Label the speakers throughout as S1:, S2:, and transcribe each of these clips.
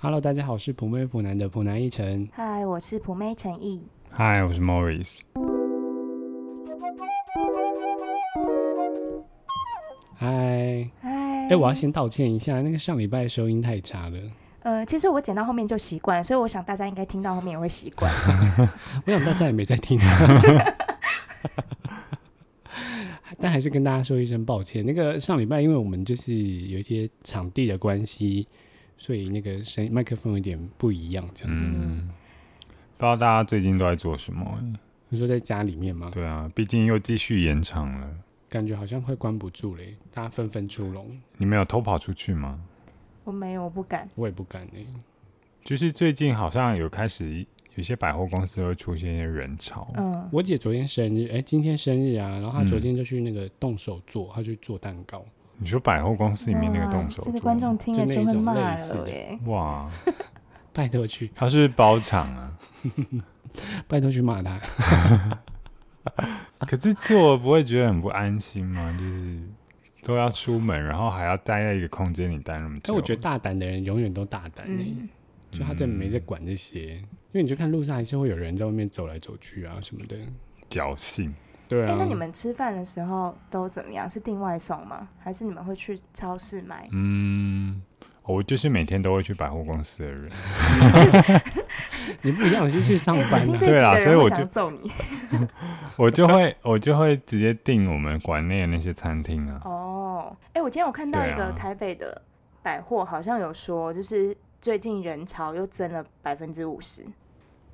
S1: Hello，大家好，我是普妹普男的普男一晨。
S2: 嗨，我是普妹陈毅。
S3: 嗨，我是 Morris。
S1: 嗨，
S2: 嗨，
S1: 哎，我要先道歉一下，那个上礼拜收音太差了。
S2: 呃，其实我剪到后面就习惯了，所以我想大家应该听到后面也会习惯。
S1: 我想大家也没在听， 但还是跟大家说一声抱歉。那个上礼拜，因为我们就是有一些场地的关系，所以那个声麦克风有点不一样，这样子。
S3: 嗯，不知道大家最近都在做什么？
S1: 你说在家里面吗？
S3: 对啊，毕竟又继续延长了。
S1: 感觉好像快关不住嘞，大家纷纷出笼，
S3: 你们有偷跑出去吗？
S2: 我没有，我不敢。
S1: 我也不敢嘞。
S3: 就是最近好像有开始有些百货公司会出现一些人潮。
S1: 哦
S2: 嗯，
S1: 我姐昨天生日，哎、今天生日啊，然后她昨
S3: 嗯
S1: 天就去那个动手做，她去做蛋糕。
S3: 你说百货公司里面那个动
S1: 啊
S2: 哇
S3: 手做
S2: 这个观众听了
S1: 就那
S2: 就会
S1: 种
S2: 骂
S1: 类似
S2: 了
S1: 的
S2: 耶。
S3: 哇，
S1: 拜托去，
S3: 他是不是包场啊？
S1: 拜托去骂他。
S3: 可是做了不会觉得很不安心吗？就是都要出门，然后还要待在一个空间里待那么
S1: 哎，
S3: 久。
S1: 我觉得大胆的人永远都大胆、欸，
S2: 嗯，
S1: 就他真的没在管这些，因为你就看路上还是会有人在外面走来走去啊什么的。
S3: 侥幸。
S1: 对
S2: 哎、
S1: 啊，
S2: 那你们吃饭的时候都怎么样？是订外送吗？还是你们会去超市买？
S3: 嗯，我就是每天都会去百货公司的人。
S1: 你不一样，你是去上班
S2: 听
S1: 的、啊。
S2: 这一集
S3: 对啦
S2: 哎的
S3: 所以
S2: 人会
S3: 我就
S2: 想揍你。
S3: 我就会我就会直接订我们馆内的那些餐厅啊。
S2: 哦，哎、我今天有看到
S3: 对
S2: 一个
S3: 啊
S2: 台北的百货，好像有说，就是最近人潮又增了百分之五十，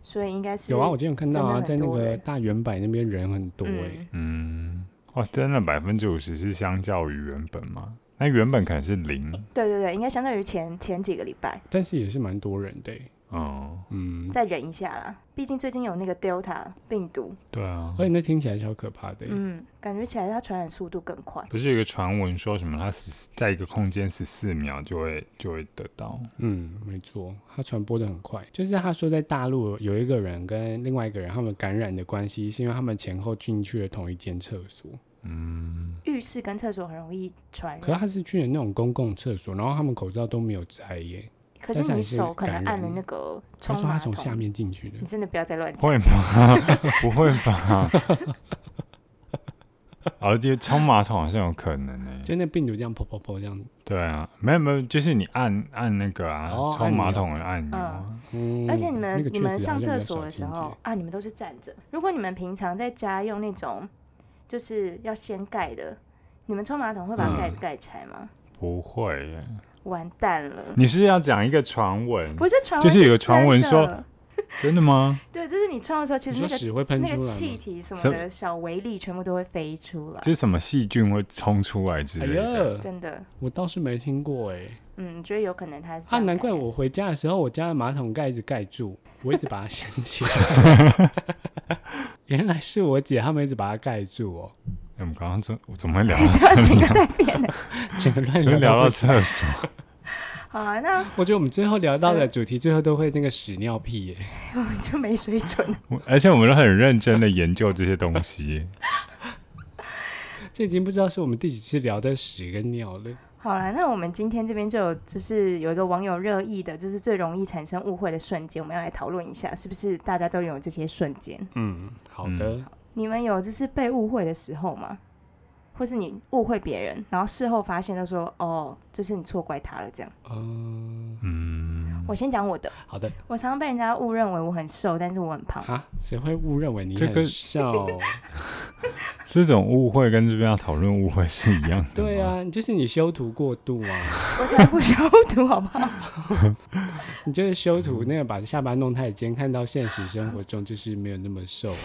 S2: 所以应该是
S1: 有啊，我今天有看到啊，在
S2: 真
S1: 那
S2: 的很多
S1: 个
S2: 人
S1: 大圆柏那边人很多哎、
S2: 嗯
S3: 嗯，哇，真的百分之五十是相较于原本吗？那原本可能是零，
S2: 对对对，应该相当于前前几个礼拜
S1: 但是也是蛮多人的欸、
S3: 哦，
S1: 嗯，
S2: 再忍一下啦，毕竟最近有那个 Delta 病毒，
S3: 对啊
S1: 而且那听起来超可怕的欸、
S2: 嗯，感觉起来它传染速度更
S1: 嗯
S2: 快。
S3: 不是有一个传闻说什么它十在一个空间十四秒就会就会得到，
S1: 嗯，没错，它传播的很快。就是他说在大陆有一个人跟另外一个人他们感染的关系，是因为他们前后进去了同一间厕所，
S3: 嗯，
S2: 浴室跟厕所很容易传
S1: 可是
S2: 染，
S1: 他是去了那种公共厕所，然后他们口罩都没有摘耶。
S2: 可
S1: 但是
S2: 是
S1: 还
S2: 你
S1: 是
S2: 手可能
S1: 感
S2: 按
S1: 染
S2: 了那个
S1: 他
S2: 冲啊
S1: 说
S2: 马
S1: 他从
S2: 桶，
S1: 下面进去的
S2: 你，真的不要再乱讲。
S3: 会吗？ 不会吧？ 而且冲马桶好像有可能呢、
S1: 就那病毒这样噗噗噗这样。
S3: 对啊，没有没有，就是你按按那个啊，
S1: 哦按
S3: 冲马
S1: 钮
S3: 桶的按钮啊、
S1: 嗯，
S2: 而且你们、
S1: 那个
S2: 你
S1: 确
S2: 们
S1: 实
S2: 上
S1: 好像比较
S2: 厕
S1: 少
S2: 所的时
S1: 清洁
S2: 候，啊，你们都是站着。如果你们平常在家用那种就是要掀盖的，你们冲马桶会把
S3: 嗯
S2: 盖子盖起来吗？
S3: 不会耶、
S2: 完蛋了，
S3: 你是要讲一个传闻？
S2: 不是传闻，
S3: 就是有个传闻
S2: 真
S3: 说
S2: 的，
S3: 真的吗？
S2: 对，就是你冲的时候，其
S1: 你
S2: 实
S1: 说
S2: 那个
S1: 屎会喷出
S2: 那
S1: 来
S2: 个
S1: 吗？
S2: 气体什么
S3: 什
S2: 的小微粒全部都会飞出来，
S3: 就是什么细菌会冲出来之
S1: 哎
S3: 类的。
S1: 呀，
S2: 真的。
S1: 我倒是没听过哎、
S2: 嗯，觉得有可能它是这
S1: 啊，
S2: 样
S1: 难
S2: 感
S1: 怪
S2: 染
S1: 我回家的时候，我家的马桶盖一直盖住，我一直把它掀起来。原来是我姐他们一直把它盖住哦，
S3: 哎我们刚刚怎我怎么会聊
S2: 你
S3: 到
S2: 知道
S3: 这
S2: 几
S3: 里
S2: 个
S3: 啊？
S2: 在变的。
S1: 整个乱
S3: 就
S1: 聊
S3: 聊
S1: 到
S3: 到
S1: 不行。
S3: 厕所，
S2: 好啊，那
S1: 我觉得我们最后聊到的主题，最后都会那个屎尿屁耶。
S2: 我们就没水准了。
S3: 我而且我们都很认真的研究这些东西。
S1: 这已经不知道是我们第几次聊的屎跟尿了。
S2: 好了，那我们今天这边就有，就是有一个网友热议的，就是最容易产生误会的瞬间，我们要来讨论一下，是不是大家都有这些瞬间？
S1: 嗯，好的。
S2: 你们有就是被误会的时候吗？或是你误会别人，然后事后发现都说哦，就是你错怪他了这样。
S1: 嗯，
S3: 嗯，
S2: 我先讲我的，
S1: 好的。
S2: 我常常被人家误认为我很瘦，但是我很胖。
S1: 哈，谁会误认为你
S3: 这
S1: 很
S3: 个
S1: 瘦？
S3: 这种误会跟这边要讨论误会是一样的。
S1: 对，啊，就是你修图过度啊，
S2: 我才不 修图，好不好？
S1: 你就是修图那个把下巴弄太尖，看到现实生活中就是没有那么瘦。啊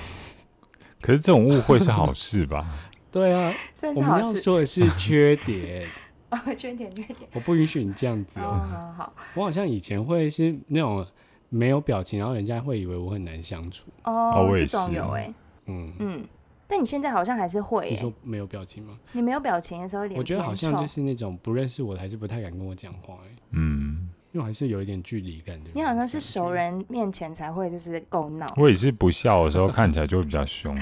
S3: 可是这种误会是好事吧？
S1: 对啊，
S2: 算
S1: 我
S2: 是
S1: 们
S2: 好
S1: 要
S2: 事。
S1: 说的是缺 点，
S2: 哦，缺点缺点。
S1: 我不允许你这样子
S2: 哦，
S1: 哦。
S2: 好 好
S1: 我好像以前会是那种没有表情，然后人家会以为我很难相处。
S2: 好哦
S3: 我，也
S2: 这种
S3: 是
S2: 有
S3: 啊
S2: 哎、
S1: 嗯，
S2: 嗯，但你现在好像还是会、
S1: 你
S2: 欸，
S1: 说没有表情吗？
S2: 你没有表情的时候脸
S1: 我觉得
S2: 偏
S1: 好像
S2: 臭
S1: 就是那种不认识我的，还是不太敢跟我讲话、欸，
S3: 嗯，
S1: 因为我还是有一点距离感的。
S2: 你好像是熟。人面前才会就是够闹。
S3: 我也是不笑的时候看起来就会比较凶。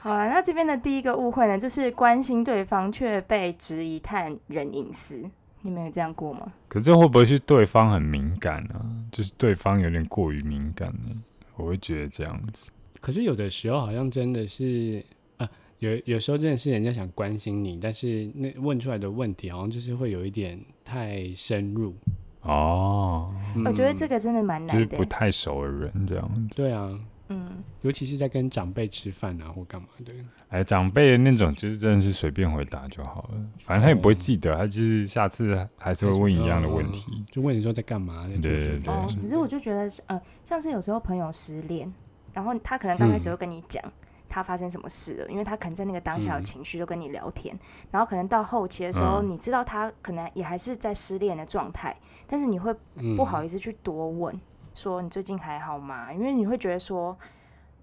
S2: 好了，那这边的第一个误会呢，就是关心对方却被质疑探人隐私。你们有这样过
S1: 嗯
S2: 吗？
S3: 可是这会不会是对方很敏感啊？就是对方有点过于敏感呢、我会觉得这样子。
S1: 可是有的时候好像真的是啊，有有时候真的是人家想关心你，但是那问出来的问题好像就是会有一点太深入。
S3: 哦，
S1: 嗯
S2: 我觉得这个真的蛮
S3: 就是
S2: 难的
S3: 不。太熟的人这样子。
S1: 对啊，
S2: 嗯，
S1: 尤其是在跟长辈吃饭啊或干嘛的，
S3: 哎，长辈的那种就是真的是随便回答就好了，反正他也
S2: 哦
S3: 不会记得，他就是下次还是会问一
S2: 嗯
S3: 样的问题。
S1: 就问你说在干嘛，在做
S3: 对
S1: 什
S3: 对
S1: 么
S3: 对
S2: 哦，可是我就觉得是，呃，像是有时候朋友失恋，然后他可能刚开始
S1: 嗯
S2: 会跟你讲他发生什么事了，因为他可能在那个当下有
S1: 嗯
S2: 情绪，就跟你聊天，然后可能到后期的时候，
S3: 嗯
S2: 你知道他可能也还是在失恋的状态，但是你会
S1: 嗯
S2: 不好意思去多问，说你最近还好吗？因为你会觉得说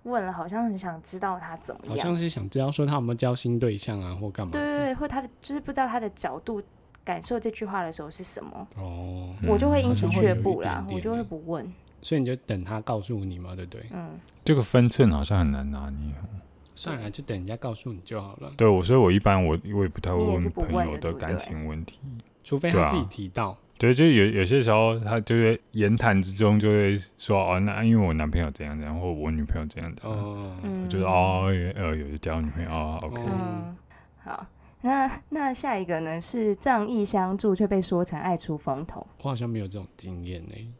S2: 问了好像很想知道他怎么
S1: 好
S2: 样，
S1: 像是想知道说他有没有交新对象啊或干嘛
S2: 对
S1: 的。
S2: 对对，或他的就是不知道他的角度感受这句话的时候是什么，
S1: 哦，
S3: 嗯
S2: 我就会因
S1: 好
S2: 此
S1: 像会
S2: 却
S1: 有一
S2: 步啦，
S1: 点
S2: 我就会
S1: 点
S2: 不问，
S1: 所以你就等他告诉你嘛，对不对？
S2: 嗯，
S3: 这个分寸好像很难拿捏哦。
S1: 算了，就等人家告诉你就好了，
S3: 对，我所以我一般我我也不太会
S2: 你也是
S3: 问
S2: 不问
S3: 朋友
S2: 的对
S3: 的
S2: 不
S3: 感
S2: 对
S3: 情问题。
S1: 除非
S3: 对
S1: 他
S3: 啊
S1: 自己提到。
S3: 对，就有有些时候，他就会言谈之中就会说哦，那因为我男朋友怎样怎样，或我女朋友怎样怎样，
S1: 哦，
S2: 嗯，
S3: 就是哦，原呃，有交女朋友哦，OK，
S1: 哦
S2: 嗯，好，那那下一个呢是仗义相助却被说成爱出风头。
S1: 我好像没有这种经验欸呢、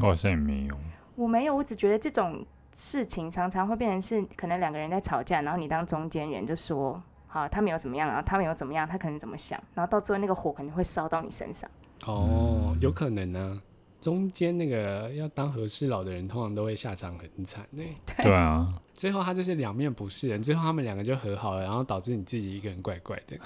S3: 我好像哦也没有，
S2: 我没有，我只觉得这种事情常常会变成是可能两个人在吵架，然后你当中间人就说。好，他没有怎么样，然后他没有怎么样，他可能怎么想，然后到最后那个火可能会烧到你身上。
S1: 哦，
S3: 嗯
S1: 有可能啊。中间那个要当和事佬的人，通常都会下场很惨呢、
S2: 哎
S3: 对啊，
S1: 最后他就是两面不是人，最后他们两个就和好了，然后导致你自己一个人怪怪的。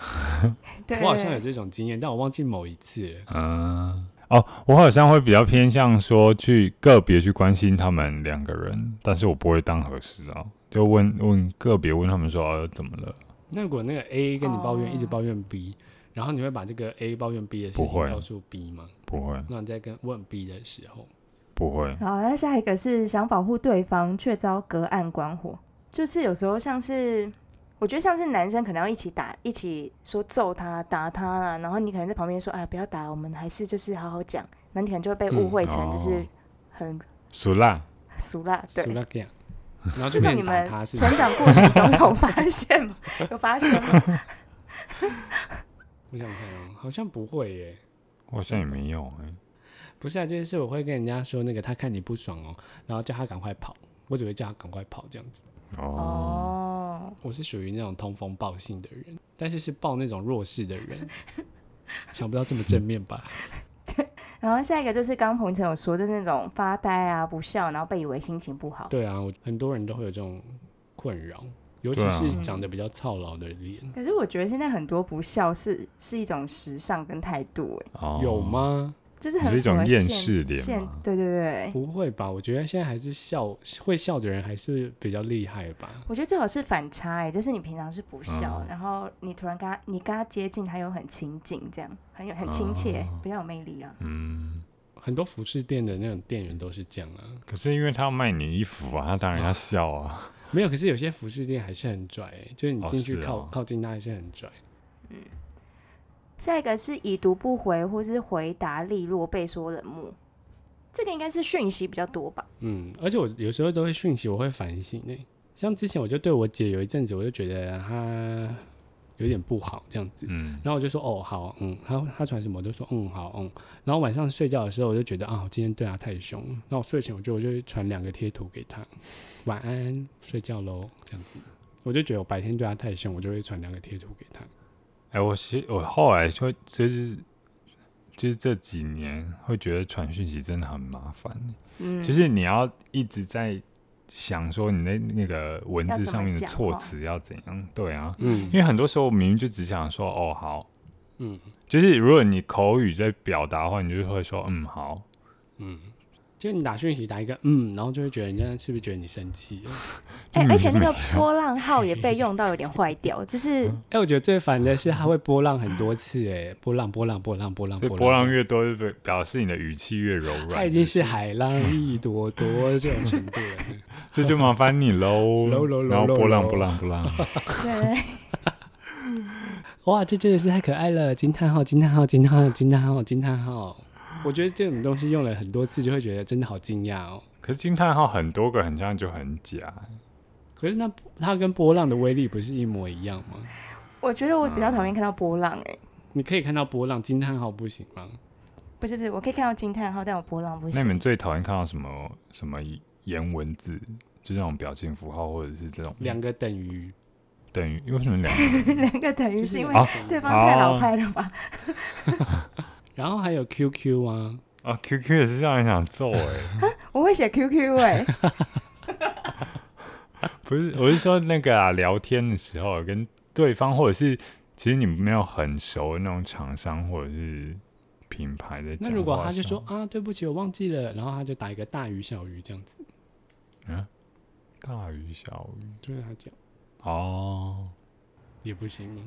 S2: 对
S1: 我好像有这种经验，但我忘记某一次了。
S3: 嗯，哦，我好像会比较偏向说去个别去关心他们两个人，但是我不会当和事佬，就问问个别问他们说、哦、怎么了，
S1: 那如果那个 A 跟你抱怨，
S2: 哦
S1: 一直抱怨 B，然后你会把这个 A 抱怨 B 的事
S3: 不会
S1: 情告诉 B 吗？
S3: 不会，
S1: 那你在跟问 B 的时候，
S3: 不会，
S2: 然后那下一个是想保护对方却遭隔岸观火，就是有时候像是，我觉得像是男生可能要一起打，一起说揍他、打他啦，然后你可能在旁边说，哎，不要打了，我们还是就是好好讲，那你可能就会被误
S1: 嗯
S2: 会成就
S3: 哦
S2: 是很
S3: 俗辣，
S2: 俗辣，
S1: 苏
S2: 对。
S1: 拉 克亚，然后
S2: 这
S1: 就
S2: 种
S1: 变
S2: 你
S1: 成打
S2: 们
S1: 他是不
S2: 成
S1: 是？
S2: 长过程中有发 现吗？有发现吗？
S1: 我想看啊，好像不会耶、
S3: 我好像也没有、欸，
S1: 不是啊，就是我会跟人家说那个他看你不爽哦，然后叫他赶快跑，我只会叫他赶快跑这样子。
S3: 哦，
S2: 哦，
S1: 我是属于那种通风报信的人，但是是报那种弱势的 人。想不到这么正面吧？
S2: 然后下一个就是刚刚彭程有说，就是那种发呆啊、不笑，然后被以为心情不好。
S1: 对啊，我很多人都会有这种困扰，尤其
S3: 对啊
S1: 是长得比较操劳的脸，
S2: 可是我觉得现在很多不孝是是一种时尚跟态度，哎，
S3: 哦
S1: 有？吗？
S2: 就是
S3: 你是
S2: 很
S3: 一种
S2: 符合
S3: 厌
S2: 现
S3: 世脸
S2: 现
S3: 吗
S2: 对对对，
S1: 不会吧？我觉得现在还是笑会笑的人还是比较厉害吧。
S2: 我觉得最好是反差，哎，就是你平常是不孝，
S3: 嗯
S2: 然后你突然跟他你跟他接近，他又很亲近，这样很有很亲切，
S3: 哦
S2: 比较有魅力啊。
S3: 嗯。
S1: 很多服饰店的那种店员都是这样啊，
S3: 可是因为他要卖你衣服啊，他当然要笑啊。
S1: 没有。可是有些服饰店还是很拽、欸，就是你
S3: 哦
S1: 进去
S3: 是
S1: 靠、
S3: 哦
S1: 靠近他还是很拽。
S2: 下一个是已读不回，或是回答利落被说冷漠，这个应该是讯息比较多吧？
S1: 嗯，而且我有时候都会讯息，我会反省诶、像之前我就对我姐有一阵子，我就觉得啊她有点不好这样子，
S3: 嗯，
S1: 然后我就说哦好，嗯，她她传什么我就说嗯好嗯，然后晚上睡觉的时候我就觉得啊，我今天对她太凶了，那我睡前我就我就会传两个贴图给她，晚安睡觉喽这样子，我就觉得我白天对她太凶，我就会传两个贴图给她。
S3: 哎、我其实我后来就就是就是这几年会觉得传讯息真的很麻烦，欸
S2: 嗯，
S3: 就是你要一直在想说你的那个文
S2: 要
S3: 字
S2: 怎
S3: 上
S2: 么
S3: 面的
S2: 讲
S3: 措
S2: 话
S3: 辞要怎样，对啊，
S1: 嗯
S3: 因为很多时候我明明就只想说哦好，
S1: 嗯
S3: 就是如果你口语在表达的话，你就会说嗯好，
S1: 嗯，就你打讯息打一个嗯，然后就会觉得人家是不是觉得你生气了？
S2: 哎、
S3: 嗯
S2: 而且那个波浪号也被用到有点坏掉， 就是
S1: 哎、我觉得最烦的是它会波浪很多次，哎，波浪波浪波浪波浪
S3: 这
S1: 浪，
S3: 波浪越多，就表表示你的语气越柔 软，
S1: 它已经
S3: 就是
S1: 海浪一朵朵这种程度了。
S3: 这就 麻烦你喽
S1: 喽喽喽
S3: 然后波浪
S1: 喽
S3: 波浪波浪，
S2: 对，
S1: 哇，这真的是太可爱了！惊叹号，惊叹号，惊叹号，惊叹号，惊叹号。我觉得这种东西用了很多次，就会觉得真的好惊讶哦。
S3: 可是惊叹号很多个，很像就很假。
S1: 可是那它跟波浪的威力不是一模一样吗？
S2: 我觉得我比较讨厌看到波浪、哎、
S1: 你可以看到波浪，惊叹号不行吗？
S2: 不是不是，我可以看到惊叹号，但我 波浪不
S3: 那你
S2: 行。
S3: 们最讨厌看到什么什么言文字，就那种表情符号，或者是这种
S1: 两个等于，
S3: 等于为什么两个？
S2: 两个等于
S1: 就是
S2: 因
S1: 两
S2: 为
S1: 个
S3: 啊
S1: 等于
S2: 对方太老
S3: 哦
S2: 派了吧？
S1: 然后还有 QQ 啊，
S3: 啊，QQ 也是让人想揍哎、
S2: 我会写 QQ 哎、
S3: 不是，我是说那个啊，聊天的时候啊跟对方，或者是其实你没有很熟的那种厂商或者是品牌的，
S1: 那如果他就说啊，对不起，我忘记了，然后他就打一个大鱼小鱼这样子，
S3: 大鱼小鱼
S1: 就是他讲
S3: 哦，
S1: 也不行吗？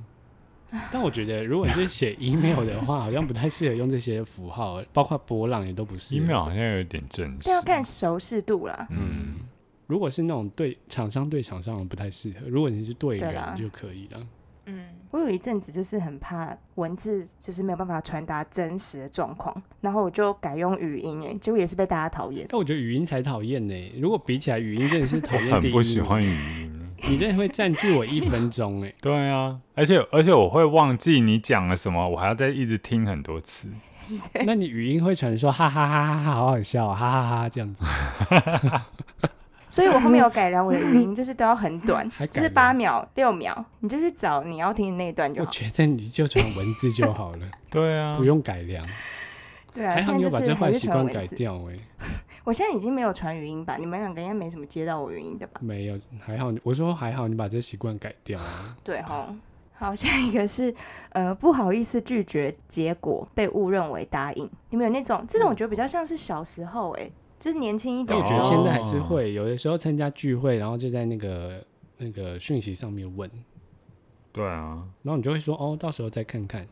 S1: 但我觉得，如果你是写 email 的话，好像不太适合用这些符号，包括波浪也都不是。
S3: 一秒好像有点正式
S2: 但，要看熟视度啦。
S3: 嗯，
S1: 如果是那种对厂商对厂商不太适合，如果你是对
S2: 对啦
S1: 人就可以了。
S2: 嗯，我有一阵子就是很怕文字，就是没有办法传达真实的状况，然后我就改用语音，哎，结果也是被大家讨厌。
S1: 哎但我觉得语音才讨厌呢。如果比起来，语音真的是讨
S3: 我
S1: 厌第
S3: 很
S1: 一
S3: 不喜
S1: 名
S3: 欢语音。
S1: 你真的会占据我一分钟 哎。
S3: 对啊，而且而且我会忘记你讲了什么，我还要再一直听很多次。
S1: 那你语音会传说哈哈哈哈哈，好好笑哦、哈哈哈这样 子，
S2: 所以我后面有改良我的语 音，就是都要很短
S1: 还，
S2: 就
S1: 改
S2: 是
S1: 良
S2: 八秒、六秒，你就去找你要听的那一段就
S1: 我
S2: 好。
S1: 觉得你就传文字就好 了，
S3: 对啊，
S1: 不用改良。
S2: 对啊，
S1: 还好
S2: 现
S1: 你
S2: 在
S1: 有把
S2: 就是
S1: 这
S2: 还
S1: 坏
S2: 是
S1: 习惯
S2: 传
S1: 改
S2: 文字。
S1: 掉哎、
S2: 我现在已经没有传语音吧？你们两个应该没怎么接到我语音的吧？
S1: 没有，还好你我说还好你把这习惯改掉啊。
S2: 对吼。好，下一个是呃，不好意思拒绝，结果被误认为答应。你们有那种这
S1: 嗯
S2: 种，我觉得比较像是小时候哎、就是年轻一
S1: 但
S2: 点
S1: 我
S2: 的
S1: 觉
S2: 时
S1: 得
S2: 候。
S1: 现在还是会，有的时候参加聚会，然后就在那个那个讯息上面问，
S3: 对啊，
S1: 然后你就会说哦，到时候再看看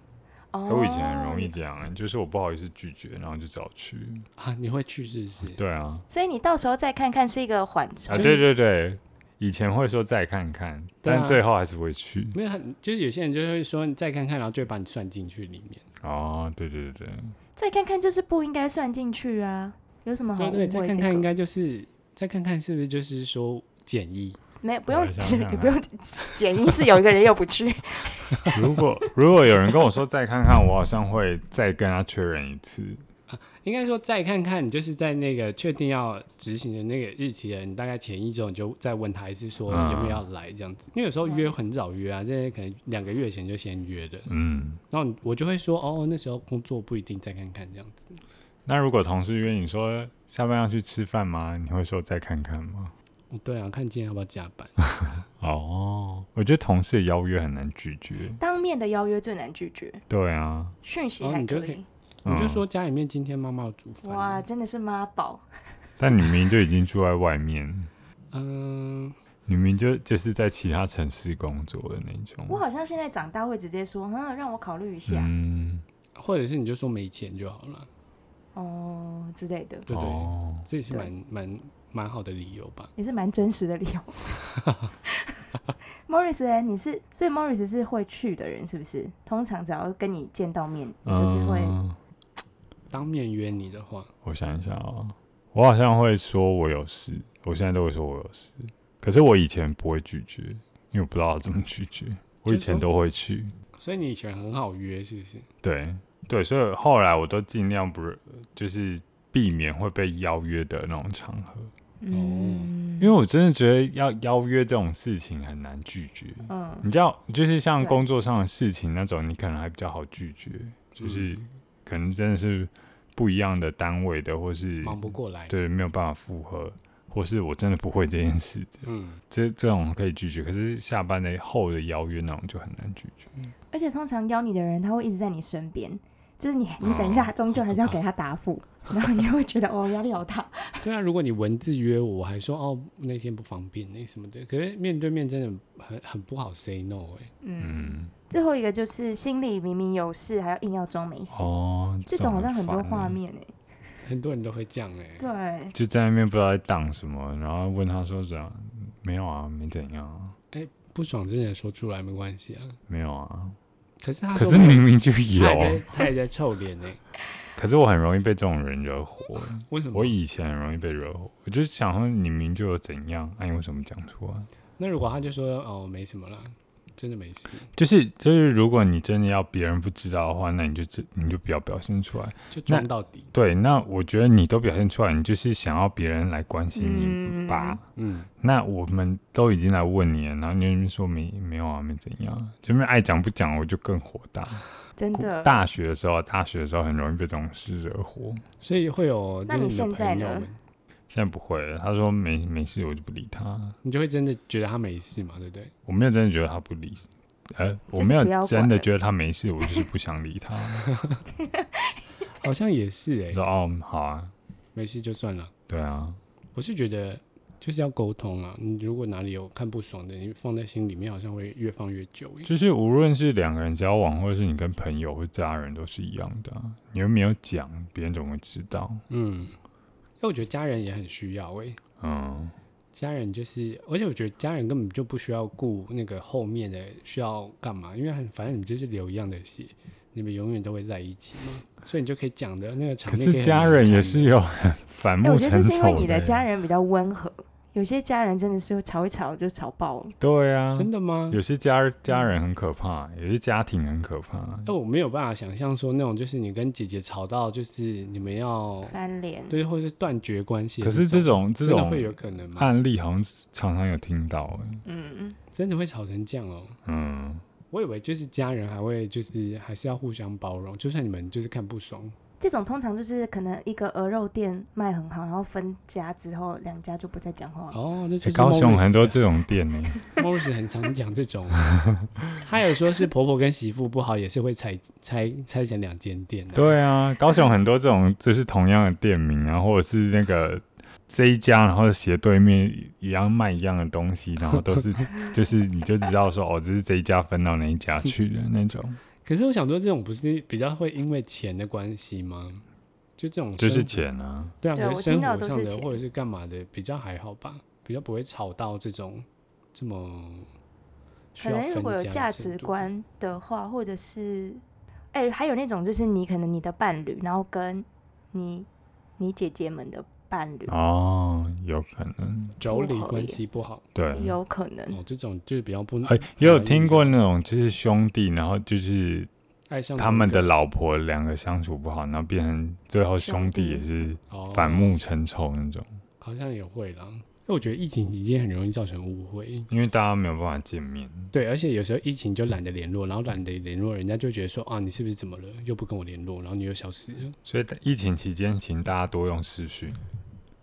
S2: 哦，
S3: 我以前很容易这样，就是我不好意思拒绝，然后就早去。
S1: 啊，你会去是不是？
S3: 对啊，
S2: 所以你到时候再看看是一个缓冲
S3: 啊，对对对，以前会说再看看，
S1: 对啊
S3: 但最后还是会去。
S1: 没有，就是有些人就会说你再看看，然后就会把你算进去里面。
S3: 哦，对对对对，
S2: 再看看就是不应该算进去啊，有什么好
S1: 对对，
S2: 误会、
S1: 再
S2: 这
S1: 看看应
S2: 个
S1: 该就是再看看是不是就是说简易，
S2: 没不
S3: 我
S2: 用
S3: 来想，想
S2: 你
S3: 看
S2: 不
S1: 啊
S2: 用剪音是有一个人又不去，
S3: 如果 如果有人跟我说再看看，我好像会再跟他确认一次。
S1: 应该说再看看，你就是在那个确定要执行的那个日期了，你大概前一周你就再问他一次，说
S3: 嗯
S1: 有没有要来这样子。因为有时候约很早约啊，这可能两个月前就先约的，
S3: 嗯，
S1: 然后我就会说哦，那时候工作不一定，再看看这样子。
S3: 那如果同事约你说下班要去吃饭吗？你会说再看看吗？
S1: 哦对啊，看今天要不要加班。
S3: 哦，我觉得同事的邀约很难拒绝。
S2: 当面的邀约最难拒绝，
S3: 对啊，
S2: 讯息
S1: 哦
S2: 还
S1: 你就
S2: 可
S1: 可以
S2: 以。
S1: 你就
S3: 嗯
S1: 说家里面今天妈妈有煮饭
S2: 哇，
S1: 啊，
S2: 真的是妈宝，
S3: 但你明明就已经住在外面，
S1: 嗯，
S3: 你明明就就是在其他城市工作的那种。
S1: 嗯
S2: 我好像现在长大会直接说，嗯，让我考虑一下、
S3: 嗯，
S1: 或者是你就说没钱就好了，
S2: 哦之类的，
S1: 对不对？
S3: 哦，
S1: 这也是
S2: 对
S1: 蛮蛮蛮好的理由吧。
S2: 也是蛮真实的理由。Morris，呢你是所以 Morris 是会去的人，是不是？通常只要跟你见到面，你就是会、
S3: 嗯
S1: 当面约你的话，
S3: 我想一下啊，我好像会说我有事，我现在都会说我有事。可是我以前不会拒绝，因为我不知道怎么拒绝。 我以前都会去，
S1: 所以你以前很好约，是不是？
S3: 对对，所以后来我都尽量不就是避免会被邀约的那种场合，
S2: 嗯
S3: 因为我真的觉得要邀约这种事情很难拒绝。
S2: 嗯
S3: 你知道，就是像
S2: 对
S3: 工作上的事情那种，你可能还比较好拒绝，就是
S1: 嗯
S3: 可能真的是不一样的单位的，或是
S1: 嗯忙不过来，，
S3: 对，没有办法复合，或是我真的不会这件事，
S1: 嗯，
S3: 这这种可以拒绝。可是下班的后的邀约那种就很难拒绝。
S2: 而且通常邀你的人，他会一直在你身边，就是你，你等一下，终究还是要给他答复，然后你就会觉得哦，压力好大。
S1: 对啊。如果你文字约我，我还说哦那天不方便那什么的，可是面对面真的很很不好 say no 哎、
S2: 嗯，
S3: 嗯，
S2: 最后一个就是心里明明有事，还要硬要装没事，
S3: 哦，
S2: 这种好像很多
S3: 烦
S2: 画
S3: 欸，
S2: 面哎、
S1: 很多人都会这样哎、
S2: 对，
S3: 就在那边不知道在挡什么，然后问他说怎样，没有啊，没怎样啊，
S1: 不爽真的说出来没关系啊，
S3: 没有啊，
S1: 可是他
S3: 可
S1: 说
S3: 是
S1: 没有
S3: 明明就
S1: 他也
S3: 有啊
S1: 在，他也在臭脸欸 呢、
S3: 可是我很容易被这种人惹火。
S1: 为什么？
S3: 我以前很容易被惹火，我就想说你明明就有怎样，那、你为什么讲啊出来？
S1: 那如果他就说哦没什么啦，真的没事，
S3: 就是就是，如果你真的要别人不知道的话，那你就这你就不要表现出来。
S1: 就装到底。
S3: 对，那我觉得你都表现出来，你就是想要别人来关心你吧？
S1: 嗯，
S3: 那我们都已经来问你了，然后你就说没没有啊，没怎样，前面爱讲不讲，我就更火大。
S2: 真的。
S3: 大学的时候啊，大学的时候很容易被这种事惹火，
S1: 所以会有
S2: 那
S1: 就是
S2: 你
S1: 你的
S2: 现在
S1: 朋友
S2: 呢
S1: 们，
S3: 现在不会了。他说没没事，我就不理他。
S1: 你就会真的觉得他没事嘛，对不对？
S3: 我没有真的觉得他不理，呃，我
S2: 就是
S3: 没
S2: 不要
S3: 有
S2: 管
S3: 真的
S2: 了
S3: 觉得他没事，我就是不想理 他。
S1: 好像也是哎、
S3: 我说哦，好啊，
S1: 没事就算了。
S3: 对啊，
S1: 我是觉得就是要沟通啊，你如果哪里有看不爽的，你放在心里面，好像会越放越久欸、
S3: 就是无论是两个人交往，或者是你跟朋友或家人，都是一样的啊、你又没有讲，别人怎么会知道？
S1: 嗯，因为我觉得家人也很需要哎、
S3: 嗯，
S1: 家人就是，而且我觉得家人根本就不需要顾那个后面的需要干嘛，因为很反正你们就是流一样的血，你们永远都会在一起嘛，所以你就可以讲的那个场
S3: 可
S1: 面。
S3: 是家人也是，有反
S2: 哎，
S3: 目
S2: 我觉得
S3: 成
S2: 这是因为
S3: 仇
S2: 你的
S3: 的
S2: 家
S3: 欸。
S2: 人比较温和，有些家人真的是会吵一吵就吵爆了。
S3: 对啊，
S1: 真的嗯吗？
S3: 有些家家人很可怕，有些家庭很可怕。
S1: 哎，我没有办法想象说那种就是你跟姐姐吵到，就是你们要
S2: 翻脸，
S1: 对，或者是断绝关系。
S3: 可是这种这
S1: 真的
S3: 种啊
S1: 会有可能吗？
S3: 案例好像常常有听到、欸，
S2: 嗯，
S1: 真的会吵成这样哦、
S3: 嗯，
S1: 我以为就是家人还会就是还是要互相包容，就算你们就是看不爽，
S2: 这种通常就是可能一个鹅肉店卖很好，然后分家之后两家就不再讲话了。
S1: 哦，那就
S3: 欸
S1: 是
S3: 高雄
S1: Morris
S3: 很多这种店呢、
S1: Morris 很常讲这 种，他有说是婆婆跟媳妇不好，也是会拆拆拆成两间店的、
S3: 对啊，高雄很多这种就是同样的店名啊，或者是那个这一家，然后斜对面一样卖一样的东西，然后都是就是你就知道说哦，这是这一家分到哪一家去的那种，
S1: 可是我想说，这种不是比较会因为钱的关系吗？就这种
S3: 就是
S1: 生活
S3: 钱啊。
S1: 对啊，
S2: 对
S1: 可
S2: 我
S1: 是生
S2: 听到
S1: 活
S2: 都
S1: 上
S2: 是
S1: 的
S2: 钱
S1: 或者是干嘛的比较还好吧，比较不会吵到这种这么需
S2: 可
S1: 要
S2: 能如
S1: 分
S2: 果有
S1: 家
S2: 价
S1: 的程
S2: 值
S1: 度
S2: 观的话，或者是，哎、还有那种就是你可能你的伴侣，然后跟你你姐姐们的伴
S1: 啊
S2: 侣，
S3: 哦，有可能，
S1: 妯娌
S2: 不合
S1: 关
S2: 耶
S1: 系不好
S3: 对。
S2: 有可能。
S1: 哦，这种就是比较不
S3: 哎、也有听过那种，就是兄弟，然后就是
S1: 爱上
S3: 他们的老婆两个相处不好，然后变成最后兄弟也是
S1: 哦
S3: 反目成仇那种，
S1: 好像也会啦。因为我觉得疫情期间很容易造成误会，
S3: 因为大家没有办法见面。
S1: 对，而且有时候疫情就懒得联络，然后懒得联络，人家就会觉得说啊，你是不是怎么了，又不跟我联络，然后你又消失了，
S3: 所以疫情期间，请大家多用视讯。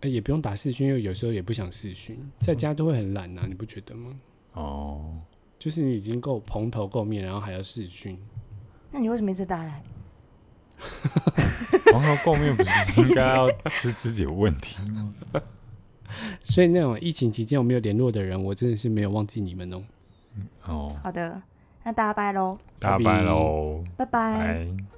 S1: 哎，也不用打视讯，因为有时候也不想视讯，在家都会很懒啊呐、你不觉得吗？
S3: 哦，
S1: 就是你已经够蓬头垢面，然后还要视讯，
S2: 那你为什么一直打来？
S3: 黄河垢面不是应该要是自己有问题吗？
S1: 所以那种疫情期间我没有联络的人，我真的是没有忘记你们哦。
S3: 哦，
S2: 好的，那大家拜喽，
S3: 大家拜喽，
S2: 拜拜
S3: 拜。